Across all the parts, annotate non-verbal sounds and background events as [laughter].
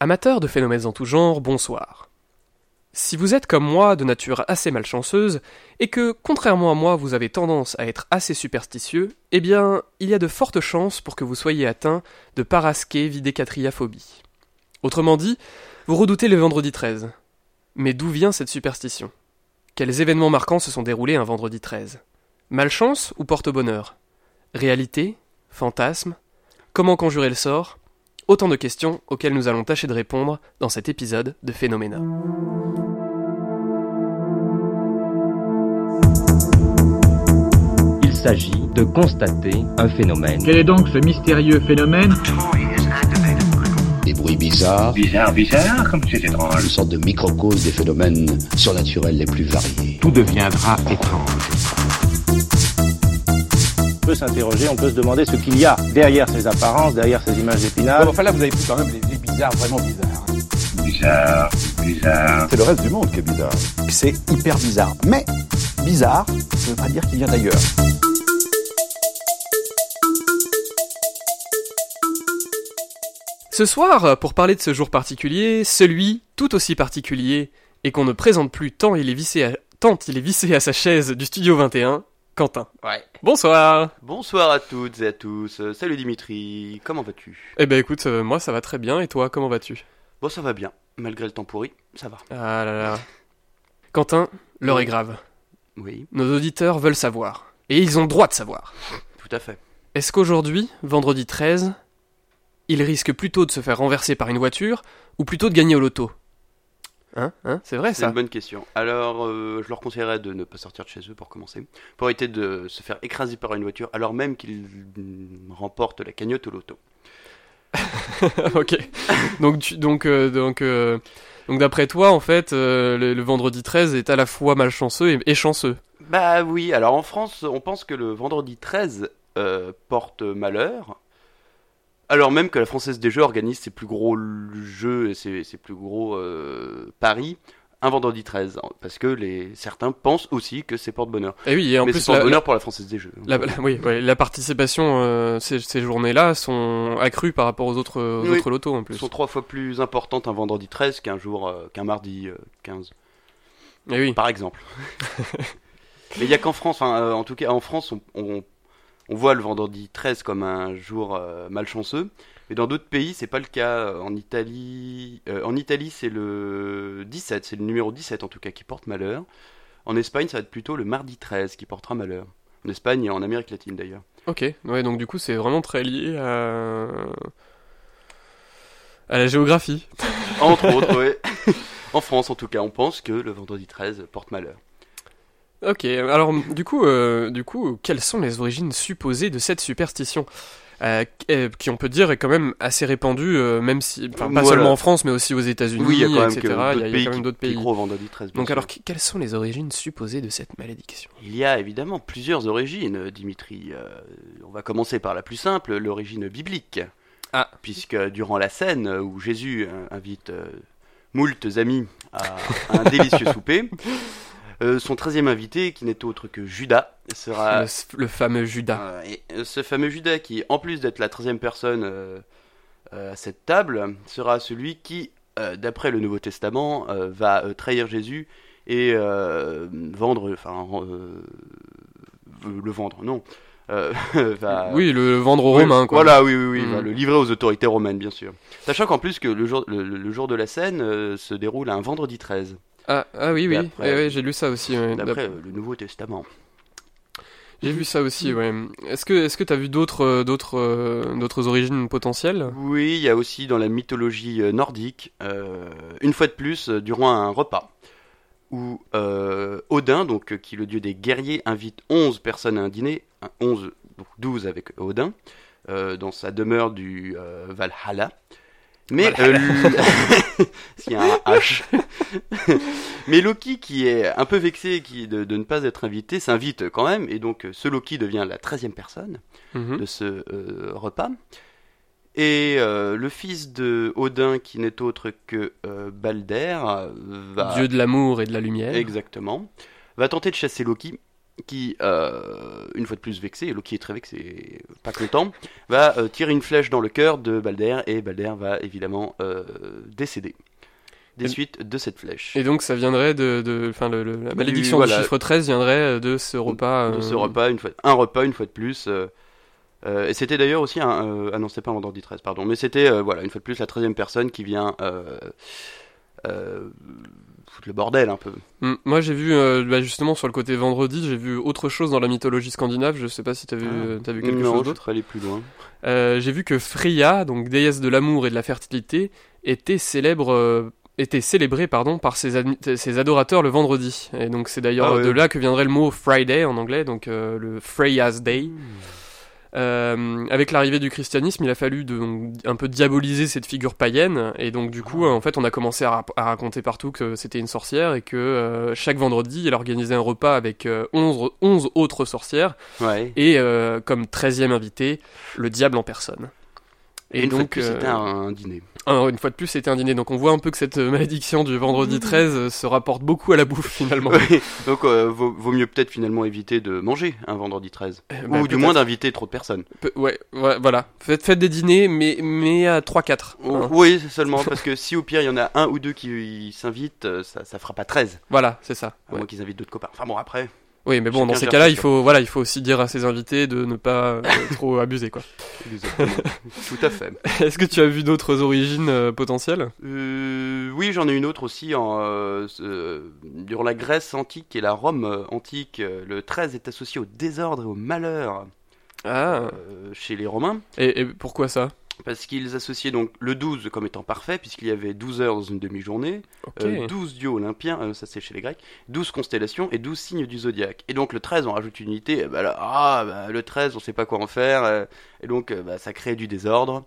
Amateurs de phénomènes en tout genre, bonsoir. Si vous êtes comme moi de nature assez malchanceuse, et que, contrairement à moi, vous avez tendance à être assez superstitieux, eh bien, il y a de fortes chances pour que vous soyez atteint de parasqué-vidécatriaphobie. Autrement dit, vous redoutez le vendredi 13. Mais d'où vient cette superstition Quels événements marquants se sont déroulés un vendredi 13 Malchance ou porte-bonheur Réalité Fantasme Comment conjurer le sort Autant de questions auxquelles nous allons tâcher de répondre dans cet épisode de Phénoména. Il s'agit de constater un phénomène Quel est donc ce mystérieux phénomène des bruits bizarres, Bizarre, bizarre, comme c'est étrange. une sorte de microcosme des phénomènes surnaturels les plus variés. Tout deviendra étrange. On peut s'interroger, on peut se demander ce qu'il y a derrière ces apparences, derrière ces images Ouais, mais d'épinards. enfin là, vous avez pris quand même les, les bizarres, vraiment bizarres. Bizarre, bizarre. C'est le reste du monde qui est bizarre. C'est hyper bizarre. Mais bizarre, ça veut pas dire qu'il vient d'ailleurs. Ce soir, euh, pour parler de ce jour particulier, celui tout aussi particulier, et qu'on ne présente plus tant il est vissé à, tant il est vissé à sa chaise du Studio 21, Quentin. Ouais. Bonsoir Bonsoir à toutes et à tous. Euh, Salut Dimitri, comment vas-tu Eh ben écoute, euh, moi ça va très bien, et toi, comment vas-tu Bon, ça va bien. Malgré le temps pourri, ça va. Ah là là. Quentin, l'heure est grave. Oui, Nos auditeurs veulent savoir. Et ils ont droit de savoir. tout à fait. Est-ce qu'aujourd'hui, vendredi 13, il risque plutôt de se faire renverser par une voiture, ou plutôt de gagner au loto Hein Hein C'est vrai C'est ça une bonne question. Alors, euh, je leur conseillerais de ne pas sortir de chez eux pour commencer, pour éviter de se faire écraser par une voiture alors même qu'ils mm, remportent la cagnotte au loto. [laughs] ok. Donc, tu- donc, euh, donc, euh, donc d'après toi, en fait, euh, le, le vendredi 13 est à la fois malchanceux et, et chanceux. Bah oui, alors en France, on pense que le vendredi 13 euh, porte malheur. Alors même que la Française des Jeux organise ses plus gros l- jeux et ses, ses plus gros euh, paris un vendredi 13. hein, Parce que les, certains pensent aussi que c'est porte-bonheur. Et Eh oui, et en Mais plus, c'est la, porte-bonheur pour la Française des Jeux. hein. la- la- oui, ouais, la participation euh, ces, ces journées-là sont accrues par rapport aux autres, euh, aux Oui. autres lotos en plus. sont trois fois plus importantes un vendredi 13 qu'un jour, euh, qu'un mardi euh, 15. Et Eh oui. [laughs] Par exemple. Mais il n'y a qu'en France, hein, euh, en tout cas en France, on, on- on voit le vendredi 13 comme un jour euh, malchanceux. Mais dans d'autres pays, c'est pas le cas. Euh, En Italie, euh, en Italie c'est le 17, c'est le numéro 17 en tout cas qui porte malheur. En Espagne, ça va être plutôt le mardi 13 qui portera malheur. En Espagne et en Amérique latine d'ailleurs. Ok. Ouais, donc du coup, c'est vraiment très lié à à la géographie. Entre autres, ouais. [laughs] En France, en tout cas, on pense que le vendredi 13 porte malheur. Ok, alors du coup, euh, du coup, quelles sont les origines supposées de cette superstition Euh, qu- euh, qui on peut dire est quand même assez répandue, euh, même si, enfin, pas Voilà. seulement en France, mais aussi aux États-Unis, Oui, il y a quand même etc. que Il y a- il y a quand même d'autres d'autres pays qui- pays. qui croient au vendredi 13. bien Donc sûr. alors, que- quelles sont les origines supposées de cette malédiction Il y a évidemment plusieurs origines, Dimitri. Euh, on va commencer par la plus simple, l'origine biblique. Ah. Puisque durant la scène où Jésus euh, invite euh, moultes amis à un [laughs] délicieux souper, euh, son treizième invité, qui n'est autre que Judas, sera... le, s- le fameux Judas. Euh, et, euh, ce fameux Judas qui, en plus d'être la treizième personne euh, euh, à cette table, sera celui qui, euh, d'après le Nouveau Testament, euh, va euh, trahir Jésus et euh, vendre, enfin, euh, euh, le vendre, non, Euh, [laughs] va oui, le vendre aux oui, Romains, quoi. Voilà, oui, oui, oui, Mm. va le livrer aux autorités romaines, bien sûr. Sachant qu'en plus que le jour, le, le jour de la scène euh, se déroule un vendredi 13, Ah, ah oui, oui, D'après- Eh ouais, j'ai lu ça aussi. ouais. d'après euh, le Nouveau Testament. J'ai vu ça aussi. Ouais. Est-ce que, est-ce que t'as vu d'autres, euh, d'autres, euh, d'autres origines potentielles Oui, il y a aussi dans la mythologie euh, nordique, euh, une fois de plus, euh, durant un repas, où euh, Odin, donc, euh, qui est le dieu des guerriers, invite 11 personnes à un dîner, un 11, donc 12 avec Odin, euh, dans sa demeure du euh, Valhalla. Mais Valhalla. euh, l- [laughs] s'il y a un H. [laughs] Mais Loki, qui est un peu vexé qui, de, de ne pas être invité, s'invite quand même, et donc euh, ce Loki devient la 13e personne Mhm. de ce euh, repas. Et euh, le fils de Odin, qui n'est autre que euh, Balder, euh, va Dieu de l'amour et de la lumière. exactement, va tenter de chasser Loki qui, euh, une fois de plus vexé, Loki est très vexé, et pas content, va euh, tirer une flèche dans le cœur de Balder et Balder va évidemment euh, décéder des Et- suites de cette flèche. Et donc ça viendrait de, de enfin le, le- la malédiction du, voilà. chiffre 13 viendrait de ce repas. de ce euh, repas, une fois, un repas une fois de plus. euh, euh, et c'était d'ailleurs aussi un. euh, ah non, c'était pas un vendredi 13, pardon. Mais c'était, euh, voilà, une fois de plus, la 13 personne qui vient. Euh, euh, foutre le bordel un peu. Mm. Moi j'ai vu euh, bah, justement sur le côté vendredi, j'ai vu autre chose dans la mythologie scandinave. Je sais pas si t'as vu, Ah. euh, t'as vu quelque non, chose je d'autre. serais allé plus loin. Euh, j'ai vu que Freya, donc déesse de l'amour et de la fertilité, était célèbre. euh, était célébrée pardon par ses, admi- ses adorateurs le vendredi et donc c'est d'ailleurs Ah ouais. de là que viendrait le mot Friday en anglais donc euh, le Freya's Day Mmh. Euh, avec l'arrivée du christianisme, il a fallu de- donc, un peu diaboliser cette figure païenne, et donc du Ah. coup, euh, en fait, on a commencé à, rap- à raconter partout que c'était une sorcière, et que euh, chaque vendredi, elle organisait un repas avec euh, 11, re- 11 autres sorcières, Ouais. et euh, comme 13e invité, le diable en personne. Et, Et une fois de donc, plus, euh, c'était un, un dîner. un- une fois de plus, c'était un dîner, donc on voit un peu que cette euh, malédiction du vendredi 13 euh, se rapporte beaucoup à la [laughs] bouffe, finalement. Mmh. Ouais. Donc, euh, vaut, vaut mieux peut-être finalement éviter de manger un vendredi 13. Euh, bah, Ou du peut-être. moins d'inviter trop de personnes. Peu- ouais, ouais, voilà. Faites, faites des dîners, mais, mais à 3-4. hein. Oui, [laughs] seulement parce que si au pire il y en a un ou deux qui s'invitent, euh, ça, ça fera pas 13. Voilà, c'est ça. À moins qu'ils invitent d'autres copains. Enfin bon, après. Oui, mais bon, dans Ah Chacun ces gère cas-là, ses il choix. faut, voilà, il faut aussi dire à ses invités de ne pas [laughs] euh, trop abuser, quoi. [laughs] Exactement. [laughs] Tout à fait. Est-ce que tu as vu d'autres origines euh, potentielles Euh, oui, j'en ai une autre aussi en, euh, euh, durant la Grèce antique et la Rome euh, antique. euh, le 13 est associé au désordre et au malheur Ah. euh, chez les Romains, Et, et pourquoi ça parce qu'ils associaient donc le 12 comme étant parfait, puisqu'il y avait 12 heures dans une demi-journée, Ok. euh, 12 dieux olympiens, euh, ça c'est chez les Grecs, 12 constellations et 12 signes du zodiaque. Et donc le 13, on rajoute une unité, et bah là, ah, bah, le 13, on sait pas quoi en faire, euh, et donc euh, bah, ça crée du désordre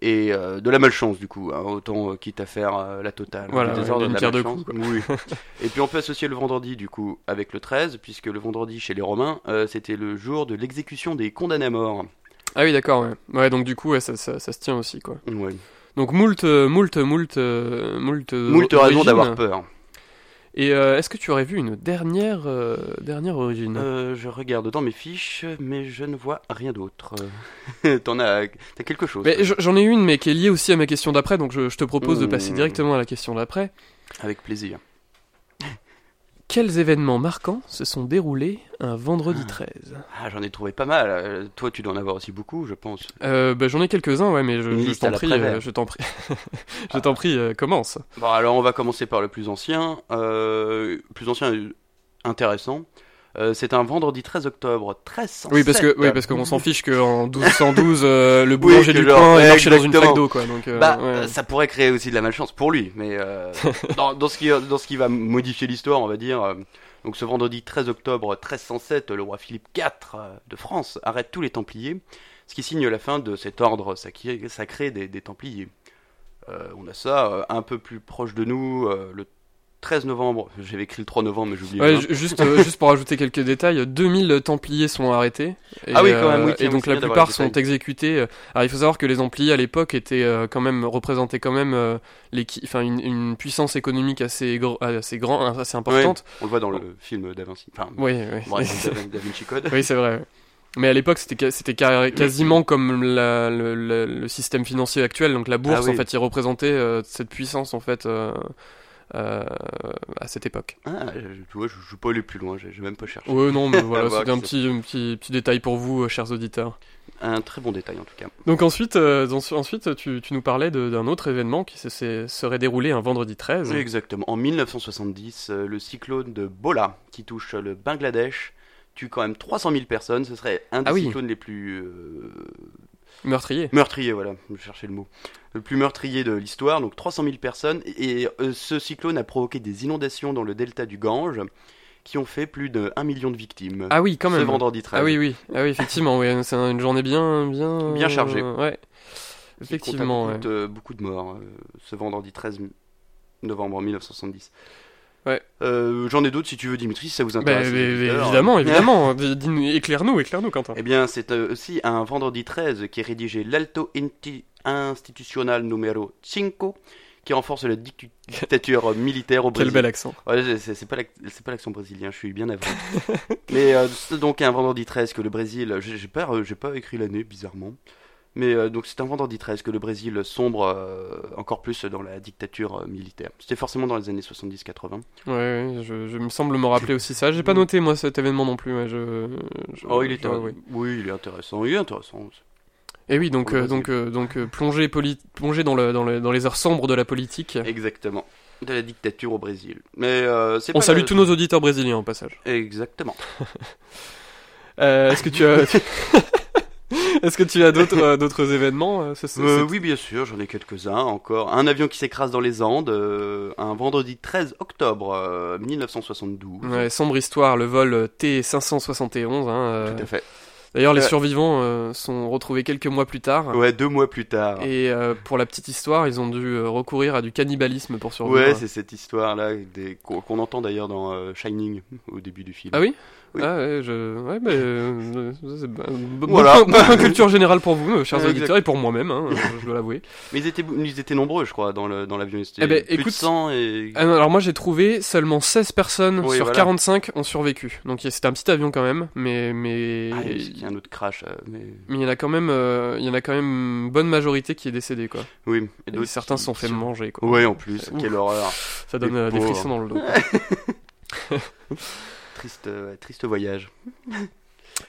et euh, de la malchance du coup, hein, autant euh, quitte à faire euh, la totale. hein, Voilà, du ouais, désordre et d'une de la pierre deux malchance. coups, [laughs] Oui. et puis on peut associer le vendredi du coup avec le 13, puisque le vendredi chez les Romains, euh, c'était le jour de l'exécution des condamnés à mort. Ah oui, d'accord. Ouais. ouais, donc du coup, ouais, ça, ça, ça se tient aussi, quoi. Ouais. Donc moult, euh, moult, moult, euh, moult. euh, Moult origines. raisons d'avoir peur. Et euh, est-ce que tu aurais vu une dernière, euh, dernière origine Euh, je regarde dans mes fiches, mais je ne vois rien d'autre. [laughs] T'en as, t'as quelque chose Mais j- j'en ai une, mais qui est liée aussi à ma question d'après, donc je, je te propose de passer Mmh. directement à la question d'après. Avec plaisir. Quels événements marquants se sont déroulés un vendredi 13 Ah, j'en ai trouvé pas mal. Euh, Toi, tu dois en avoir aussi beaucoup, je pense. Euh, bah, j'en ai quelques-uns, ouais, mais je, Une je liste à t'en la prie, Prévert. euh, je t'en prie, [laughs] je t'en prie, euh, commence. Bon, alors on va commencer par le plus ancien. Euh, plus ancien, euh, intéressant. Euh, c'est un vendredi 13 octobre, 1307. Oui, parce que, oui, parce qu'on s'en fiche qu'en 1212, euh, le boulanger que du genre, coin ouais, est marché dans une exactement. flaque d'eau, quoi. Donc, euh, Bah, ouais. euh, ça pourrait créer aussi de la malchance pour lui, mais [laughs] euh, dans, dans ce qui, dans ce qui va modifier l'histoire, on va dire. euh, donc ce vendredi 13 octobre 1307, le roi Philippe IV euh, de France arrête tous les Templiers, ce qui signe la fin de cet ordre sacré, sacré des, des Templiers. Euh, on a ça euh, un peu plus proche de nous, euh, le 13 novembre, j'avais écrit le 3 novembre, mais j'oublie. Ouais, ju- juste, euh, juste pour ajouter quelques détails, 2000 Templiers sont arrêtés. Et, Ah oui, quand même, oui, euh, tiens, et donc oui, c'est la bien d'avoir plupart les sont détails. exécutés. euh. Alors il faut savoir que les Templiers à l'époque étaient euh, quand même représentés quand même euh, l'équi- enfin une, une puissance économique assez gro- assez grand, hein, assez importante. On le voit dans le film Da Vinci. Enfin, Oui, oui. [laughs] bref, Da- Da Vinci Code. Oui, c'est vrai. ouais. Mais à l'époque, c'était ca- c'était ca- quasiment comme la- le, le- le système financier actuel. Donc la bourse, Ah oui. en fait, il représentait euh, cette puissance, en fait, euh, euh, à cette époque. Ah, je- tu vois, je ne suis pas allé plus loin, j'ai j'ai même pas cherché. Ouais, non, mais [laughs] voilà, Bah, c'était un qui petit, un petit, petit détail pour vous, euh, chers auditeurs. Un très bon détail en tout cas. Donc ensuite, euh, dans- ensuite tu, tu nous parlais de- d'un autre événement qui se, se- serait déroulé un vendredi 13. Oui, exactement. En 1970, euh, le cyclone de Bola, qui touche le Bangladesh, tue quand même 300 000 personnes. Ce serait un des Ah oui. cyclones les plus euh, Meurtrier. meurtriers, voilà, je cherchais le mot. Le plus meurtrier de l'histoire, donc 300 000 personnes. Et euh, ce cyclone a provoqué des inondations dans le delta du Gange, qui ont fait plus de 1 million de victimes. Ah oui, quand Ce même. vendredi 13. Ah oui, oui, ah oui, effectivement, oui, c'est une journée bien, bien, euh, Bien Ouais, chargée. qui compte à effectivement. ouais. Beaucoup, de, beaucoup de morts euh, ce vendredi 13 novembre 1970. Ouais. Euh, J'en ai d'autres si tu veux, Dimitri, si ça vous Bah, intéresse. mais- mais les auditeurs. évidemment, [laughs] évidemment. Dis- dis-nous- éclaire-nous, éclaire-nous, Quentin. Eh bien, c'est euh, aussi un vendredi 13 qui est rédigé l'Alto Inti- Institucional Numero 5, qui renforce la dictu- dictature militaire au Quel Brésil. bel accent. Ouais, c'est- c'est c'est pas l'ac- c'est pas l'accent brésilien, je suis bien avant. [laughs] mais euh, c'est donc un vendredi 13 que le Brésil, j'ai j'ai pas re- j'ai pas écrit l'année bizarrement. Mais euh, donc c'est un vendredi 13 que le Brésil sombre euh, encore plus dans la dictature euh, militaire. C'était forcément dans les années 70-80. Ouais, ouais, je, je me semble me rappeler aussi ça. J'ai pas noté moi cet événement non plus. ouais, je, je- Mm. Oh, il je est vois, euh, ouais. oui, il est intéressant, il est intéressant. Et oui, donc Pour le euh, donc euh, donc euh, plongé poli- plongé dans le, dans le- dans les heures sombres de la politique. Exactement, de la dictature au Brésil. Mais euh, c'est On pas salue le- tous nos auditeurs brésiliens au passage. Exactement. Euh, Est-ce que tu [laughs] as Est-ce que tu as d'autres euh, d'autres événements euh, ce- ce- Euh, ce- oui, bien sûr, j'en ai quelques-uns encore. Un avion qui s'écrase dans les Andes, euh, un vendredi 13 octobre euh, 1972. Ouais, sombre histoire, le vol euh, T571. hein, euh, Tout à fait. D'ailleurs, les Euh, survivants euh, sont retrouvés quelques mois plus tard. Ouais, deux mois plus tard. Et euh, pour la petite histoire, ils ont dû euh, recourir à du cannibalisme pour survivre. Ouais, c'est cette histoire-là des- qu'on qu'on entend d'ailleurs dans euh, Shining au début du film. Ah oui, Oui. Ah ouais, je... ouais, mais, euh, je- c'est bah, bon- Voilà. [laughs] bon point- bon point culture générale pour vous, euh, chers Ouais, auditeurs, et pour moi-même, hein, euh, je dois l'avouer. Mais ils étaient, ils étaient nombreux, je crois, dans le- dans l'avion. Dans Eh ben, plus de écoute- 100 et... Ah non, Alors moi j'ai trouvé seulement 16 personnes Oui, sur voilà. 45 ont survécu. Donc y- c'était un petit avion quand même, mais mais Ah, il mais y a un autre crash. euh, mais... il y en a quand même euh, il y en a quand même une bonne majorité qui est décédée quoi. Oui, et Et d'autres certains qui- se sont fait qui- manger quoi. Ouais, en plus, Ouf. quelle horreur. Ça donne les euh, des pauvres. frissons dans le dos. [laughs] quoi. Triste, euh, triste voyage.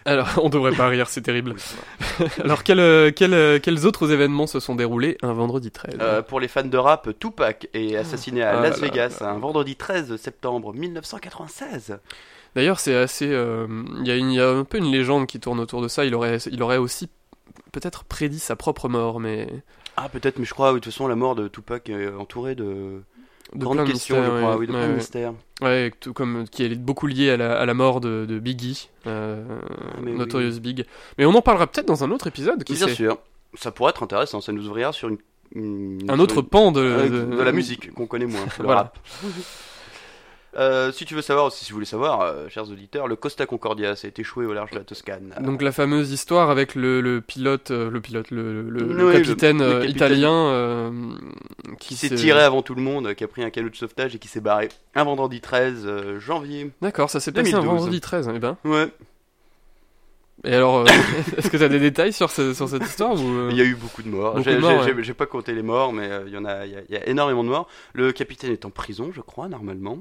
Alors on devrait pas rire, c'est terrible. [laughs] Alors quels euh, quels, euh, quels autres événements se sont déroulés un vendredi 13 Euh, pour les fans de rap, Tupac est assassiné Eh à ben. Ah Las là Vegas un vendredi 13 septembre 1996. D'ailleurs, c'est assez. euh, Il y, a une- il y a un peu une légende qui tourne autour de ça. Il aurait, il aurait aussi peut-être prédit sa propre mort, mais. Ah peut-être, mais je crois, oui, de toute façon, la mort de Tupac est entourée de, De grandes plein de questions, mystères, je crois, ouais. oui, de Ouais, plein de ouais. mystères. Ouais, tout comme qui est beaucoup lié à la, à la mort de, de Biggie, euh, Ah, mais oui. Notorious Big. Mais on en parlera peut-être dans un autre épisode, qui Bien sait. sûr, ça pourrait être intéressant, ça nous ouvrira sur une... une- Un sur autre une- pan de, euh, de- de la musique qu'on connaît moins, le Voilà. rap. [laughs] Euh, si tu veux savoir, si vous voulez savoir, euh, chers auditeurs, le Costa Concordia s'est échoué au large de la Toscane. Euh, Donc la fameuse histoire avec le, le pilote, euh, le pilote, le, le- le Oui, le- capitaine le euh, capitaine. italien euh, qui qui s'est se- tiré avant tout le monde, qui a pris un canot de sauvetage et qui s'est barré un vendredi 13 euh, janvier. D'accord, ça s'est passé un 2012. vendredi 13, eh ben. Ouais, Et alors, [laughs] euh, [laughs] est-ce que t'as des détails sur, ce- sur cette histoire ou euh, il y a eu beaucoup de morts. beaucoup J'ai de morts, j'ai- ouais. j'ai pas compté les morts, mais euh, il y en a, il y a- il y a énormément de morts. Le capitaine est en prison, je crois, normalement.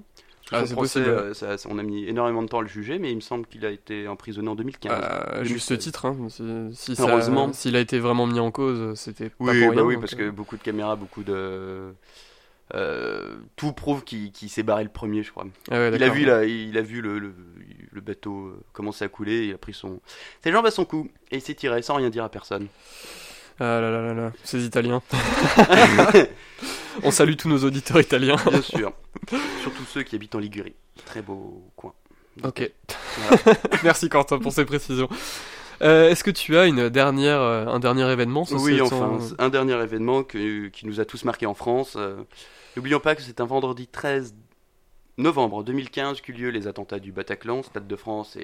Sous Ah, son c'est procès, possible. euh, ça- ça- on a mis énormément de temps à le juger, mais il me semble qu'il a été emprisonné en 2015. À bah, juste 2016. titre, hein, si, si ça- Heureusement. s'il a été vraiment mis en cause, c'était pas pour oui, bah rien, oui, donc, parce euh, que beaucoup de caméras, beaucoup de euh, tout prouve qu'il qu'il s'est barré le premier, je crois. ah ouais, Il a d'accord. vu, la- il a vu le, le, le bateau euh, commencer à couler, il a pris son... ses jambes à son cou et il s'est tiré sans rien dire à [laughs] personne. Ah là là là là, ces Italiens. On salue tous nos auditeurs italiens. Bien sûr. Surtout ceux qui habitent en Ligurie. Très beau coin. Ok. Voilà. [laughs] Merci Quentin pour ces précisions. Euh, Est-ce que tu as une dernière, euh, un dernier événement ce- Oui, ce- enfin, son- un dernier événement que- qui nous a tous marqués en France. Euh, N'oublions pas que c'est un vendredi 13 novembre 2015 qu'eut lieu les attentats du Bataclan, Stade de France et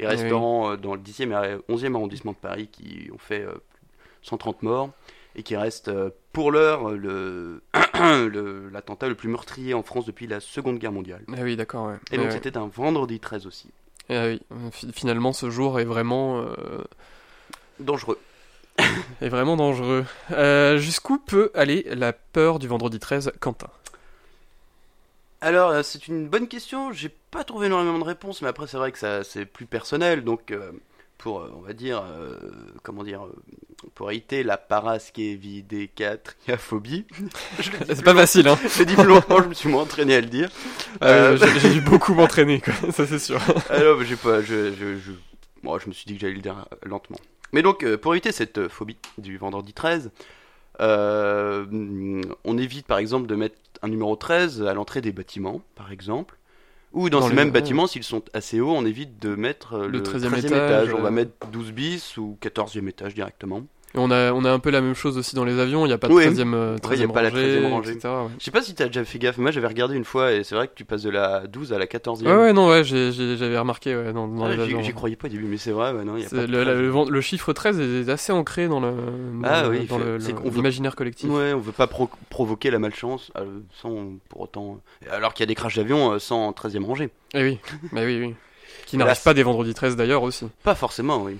les Ah oui. restaurants euh, dans le 10e et 11e arrondissement de Paris qui ont fait euh, 130 morts et qui reste euh, pour l'heure euh, le- [clears throat] le- l'attentat le, plus meurtrier en France depuis la Seconde Guerre mondiale. Ah oui, d'accord. ouais. Et Ouais, donc ouais. c'était un vendredi 13 aussi. Ah oui. Fi- Finalement, ce jour est vraiment, euh, Dangereux. est vraiment dangereux. Euh, Jusqu'où peut aller la peur du vendredi 13, Quentin Alors, euh, c'est une bonne question. J'ai pas trouvé énormément de réponses, mais après, c'est vrai que ça, c'est plus personnel. Donc, euh, pour, euh, on va dire, euh, comment dire, euh, pour éviter la paraskevidécatriaphobie. je le dis C'est pas facile, hein plus- je [laughs] le dis plus longtemps, je me suis moins entraîné à le dire. Euh, Euh, j'ai- J'ai dû beaucoup m'entraîner, quoi. [laughs] Ça c'est sûr. Alors, bah, j'ai pas, je, je, je, moi, je me suis dit que j'allais le dire euh, lentement. Mais donc, euh, pour éviter cette euh, phobie du vendredi 13, euh, mm, on évite par exemple de mettre un numéro 13 à l'entrée des bâtiments, par exemple. Ou dans, Dans ces les- mêmes ouais. bâtiments, s'ils sont assez hauts, on évite de mettre euh, Le le, 13e 13e, étage. étage, On euh. va mettre 12 bis ou 14e étage directement. Et on a, on a un peu la même chose aussi dans les avions, il n'y a pas de Oui. 13e, euh, Ouais, il y a 13e pas la rangée, 13e rangée. etc., ouais. Je sais pas si t'as déjà fait gaffe, moi j'avais regardé une fois et c'est vrai que tu passes de la 12 à la 14e. Ouais, ouais, non, ouais, j'ai- j'ai- j'avais remarqué ouais, dans, dans Ah, les j'y- avions. J'y croyais pas au début, mais c'est vrai, ouais, non, y a C'est- pas de le, la- 13e. le vent- le chiffre 13 est assez ancré dans le dans, Ah le- oui, dans fait- le- c'est le- qu'on veut- l'imaginaire collectif. Ouais, on veut pas pro- provoquer la malchance euh, sans pour autant. Alors qu'il y a des crashs d'avion euh, sans 13e rangée. Eh oui, bah oui, oui. Qui Là, n'arrive c'est- pas des vendredis 13 d'ailleurs aussi. Pas forcément, oui.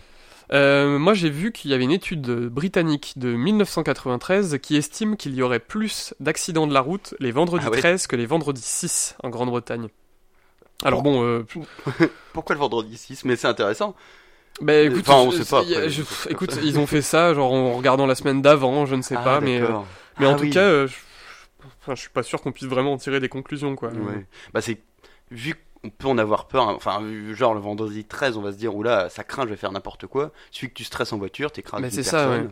Euh, moi, j'ai vu qu'il y avait une étude britannique de 1993 qui estime qu'il y aurait plus d'accidents de la route les vendredis Ah ouais. 13 que les vendredis 6 en Grande-Bretagne. Oh. Alors bon, euh, Pourquoi le vendredi 6 Mais c'est intéressant. bah, écoute, Euh, Enfin, on je- sait pas, je- après, je- c'est comme ça. écoute, ils ont fait ça genre en regardant la semaine d'avant, je ne sais Ah, pas, mais euh, d'accord. mais Ah en tout oui. cas, euh, je, enfin, je suis pas sûr qu'on puisse vraiment en tirer des conclusions quoi. Ouais. Bah, c'est. Vu qu'on peut en avoir peur, hein, enfin, vu- genre le vendredi 13, on va se dire, oula, ça craint, je vais faire n'importe quoi. Suffit que tu stresses en voiture, t'écrases Mais une c'est ça, personne,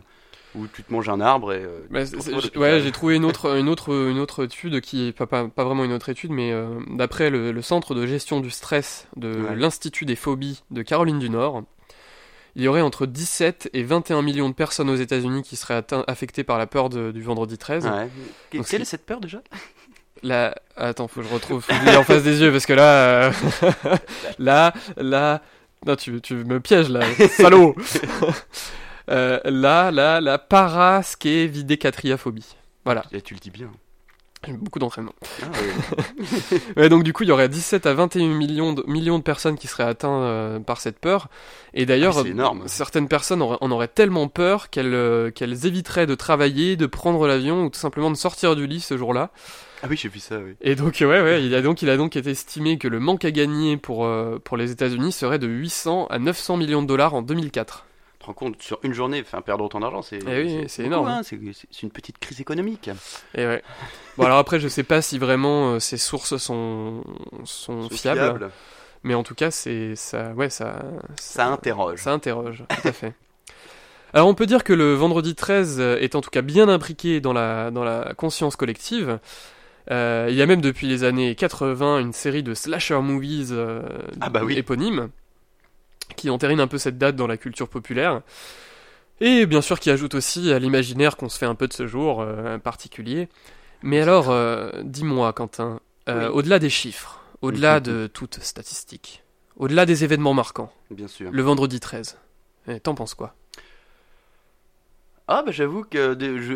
Ou tu te manges un arbre et. euh, Bah, tu te c'est- retrouves c'est- à ouais, l'hôpital. j'ai trouvé une autre, une autre, une autre étude qui est pas, pas, pas vraiment une autre étude, mais euh, d'après le, le centre de gestion du stress de Ouais. l'Institut des phobies de Caroline du Nord, il y aurait entre 17 et 21 millions de personnes aux États-Unis qui seraient atteint- affectées par la peur de- du vendredi 13. Ouais. Donc, Quelle c'est- est cette peur déjà Là, attends, faut que je retrouve faut que je l'ai en face des yeux parce que là, euh, [laughs] là, là, non, tu, tu me pièges là, salaud. Euh, là, là, la paraskevidécatriaphobie. Voilà, [laughs] Et tu le dis bien. j'ai beaucoup d'entraînement. Ah, ouais. Ouais, donc du coup, il y aurait 17 à 21 millions de, millions de personnes qui seraient atteintes euh, par cette peur. Et d'ailleurs, Ah, c'est énorme. certaines personnes auraient- en auraient tellement peur qu'elles euh, qu'elles éviteraient de travailler, de prendre l'avion ou tout simplement de sortir du lit ce jour-là. Ah oui, j'ai vu ça, oui. Et donc, euh, ouais, ouais, il a donc, il a donc été estimé que le manque à gagner pour, euh, pour les États-Unis serait de 800 à 900 millions de dollars en 2004. Tu te rends compte, sur une journée, enfin, perdre autant d'argent, c'est Eh oui, c'est beaucoup, énorme. hein, c'est c'est une petite crise économique. Et ouais. bon, alors après, je sais pas si vraiment euh, ces sources sont, sont, C'est fiables, mais en tout cas, c'est ça, ouais, ça, Ça interroge. Ça interroge, tout à fait. [laughs] Alors on peut dire que le vendredi 13 est en tout cas bien imbriqué dans la, dans la conscience collective. Euh, il y a même depuis les années 80 une série de slasher movies euh, Ah bah oui. éponymes qui entérine un peu cette date dans la culture populaire. Et bien sûr qui ajoute aussi à l'imaginaire qu'on se fait un peu de ce jour euh, particulier. Mais alors, euh, dis-moi Quentin, euh, Oui. au-delà des chiffres, au-delà de toute statistique, au-delà des événements marquants, Bien sûr. le vendredi 13. Eh, T'en penses quoi Ah bah j'avoue que des- je...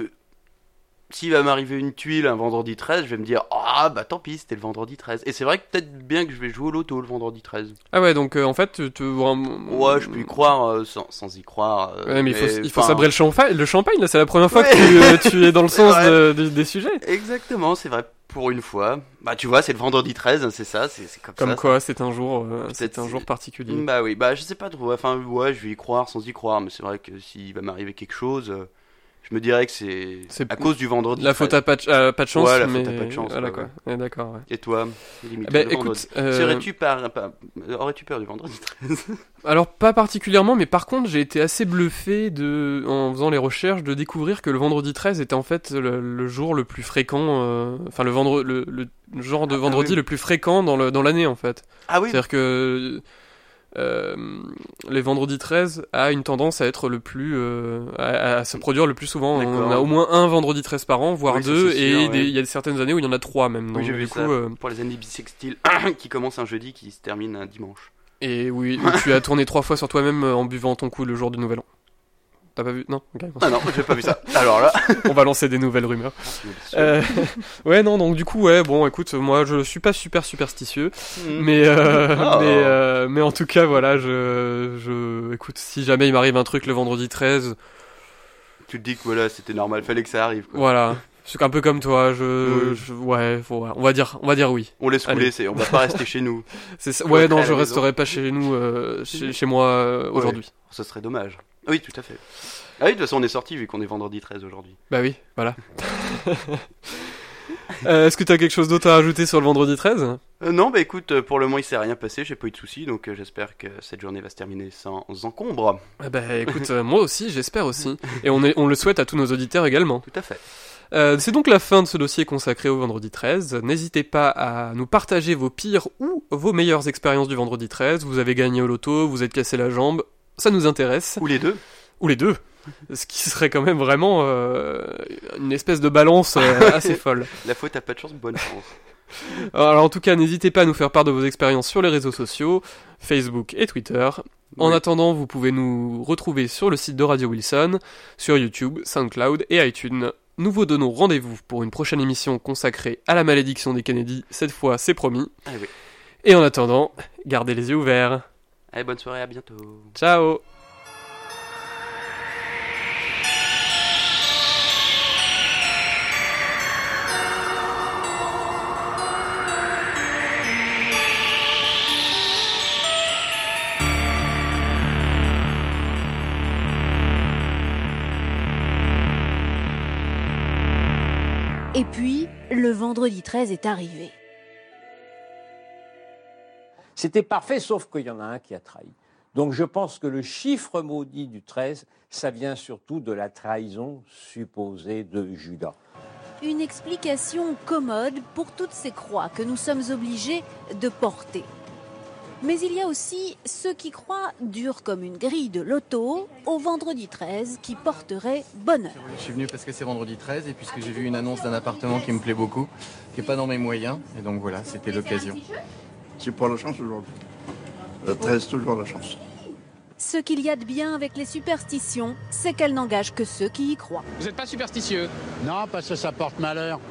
s'il va m'arriver une tuile un vendredi 13, je vais me dire ah bah tant pis, c'était le vendredi 13. Et c'est vrai que peut-être bien que je vais jouer au loto le vendredi 13. Ah ouais, donc euh, en fait, tu, tu- Ouais, je peux y croire euh, sans, sans y croire. euh, Hmm. Ouais, mais il faut, il faut enfin, sabrer le champagne. Le champagne, là, c'est la première fois Ouais. que tu, euh, tu es dans [laughs] le sens Ouais. de- de- des sujets. Exactement, c'est vrai pour une fois. Bah tu vois, c'est le vendredi 13, hein, c'est ça, c'est c'est comme, Comme ça. quoi, c'est un jour, euh, c'est Peut-être un c'est- jour particulier. Bah oui, bah je sais pas trop. Enfin ouais, je vais y croire sans y croire, mais c'est vrai que s'il va m'arriver quelque chose, euh, je me dirais que c'est C'est- à cause du vendredi. La faute 13. à pas de, à pas de chance, Ouais, la mais faute à pas de chance, voilà ouais, quoi. ouais. Ouais, D'accord. ouais. Et toi, limite, Bah, le vendredi. écoute, euh, Serais-tu par... par- Aurais-tu peur du vendredi 13 alors pas particulièrement, mais par contre, j'ai été assez bluffé de, en faisant les recherches, de découvrir que le vendredi 13 était en fait le, le jour le plus fréquent, euh, enfin le, vendre, le, le genre de Ah, ah vendredi oui. le plus fréquent dans le- dans l'année en fait. Ah oui C'est-à-dire que euh, les vendredis 13 a une tendance à être le plus euh, à, à se produire le plus souvent. D'accord. On a au moins un vendredi 13 par an, voire Oui, ça, deux, c'est et sûr, des- ouais. il y a certaines années où il y en a trois même. Donc, Oui, j'ai vu du coup, ça. euh, Pour les années bissextiles [coughs] qui commencent un jeudi qui se termine un dimanche. et oui, [laughs] où tu as tourné trois fois sur toi-même euh, en buvant ton coup le jour du Nouvel An. T'as pas vu Non Ok. Ah non, j'ai pas vu ça. Alors là. On va lancer des nouvelles rumeurs. [laughs] [laughs] Euh, [laughs] ouais, non, donc du coup, ouais, bon, écoute, moi je suis pas super superstitieux, mais, euh, Mm. [laughs] Oh. mais, euh, mais en tout cas, voilà, je, je. Écoute, si jamais il m'arrive un truc le vendredi 13, Tu te dis que voilà, c'était normal, fallait que ça arrive. quoi. voilà. C'est un peu comme toi, je. Oui. je- ouais, faut- voilà, on va dire, on va dire oui. On laisse Allez. rouler, c'est- on va pas rester chez nous. C'est ça- On Ouais, crée non, la je maison. resterai pas chez nous, euh, chez, chez moi euh, aujourd'hui. Ce serait dommage. Oui, tout à fait. Ah oui, de toute façon, on est sorti vu qu'on est vendredi 13 aujourd'hui. Bah oui, voilà. [laughs] Euh, Est-ce que t'as quelque chose d'autre à rajouter sur le vendredi 13 Euh, non, bah écoute, euh, pour le moment, il s'est rien passé, j'ai pas eu de soucis, donc euh, j'espère que cette journée va se terminer sans encombre. Eh Ben écoute, euh, moi aussi, j'espère aussi. [laughs] Et on, est, on le souhaite à tous nos auditeurs également. Tout à fait. Euh, c'est donc la fin de ce dossier consacré au vendredi 13. N'hésitez pas à nous partager vos pires ou vos meilleures expériences du vendredi 13. Vous avez gagné au loto, vous êtes cassé la jambe, ça nous intéresse. Ou les deux. Ou les deux. Ce qui serait quand même vraiment euh, une espèce de balance [laughs] euh, assez folle. La faute à pas de chance, bonne chance. Alors en tout cas, n'hésitez pas à nous faire part de vos expériences sur les réseaux sociaux, Facebook et Twitter. En Oui. attendant, vous pouvez nous retrouver sur le site de Radio Wilson, sur YouTube, SoundCloud et iTunes. Nous vous donnons rendez-vous pour une prochaine émission consacrée à la malédiction des Kennedy. Cette fois, c'est promis. Ah oui. Et en attendant, gardez les yeux ouverts. Allez, bonne soirée, à bientôt. Ciao Et puis, le vendredi 13 est arrivé. C'était parfait, sauf qu'il y en a un qui a trahi. Donc je pense que le chiffre maudit du 13, ça vient surtout de la trahison supposée de Judas. Une explication commode pour toutes ces croix que nous sommes obligés de porter. Mais il y a aussi ceux qui croient dur comme une grille de loto au vendredi 13 qui porterait bonheur. Je suis venu parce que c'est vendredi 13 et puisque j'ai vu une annonce d'un appartement qui me plaît beaucoup, qui n'est pas dans mes moyens, et donc voilà, c'était l'occasion. C'est pour la chance aujourd'hui. Le 13, toujours la chance. Ce qu'il y a de bien avec les superstitions, c'est qu'elles n'engagent que ceux qui y croient. Vous n'êtes pas superstitieux Non, parce que ça porte malheur.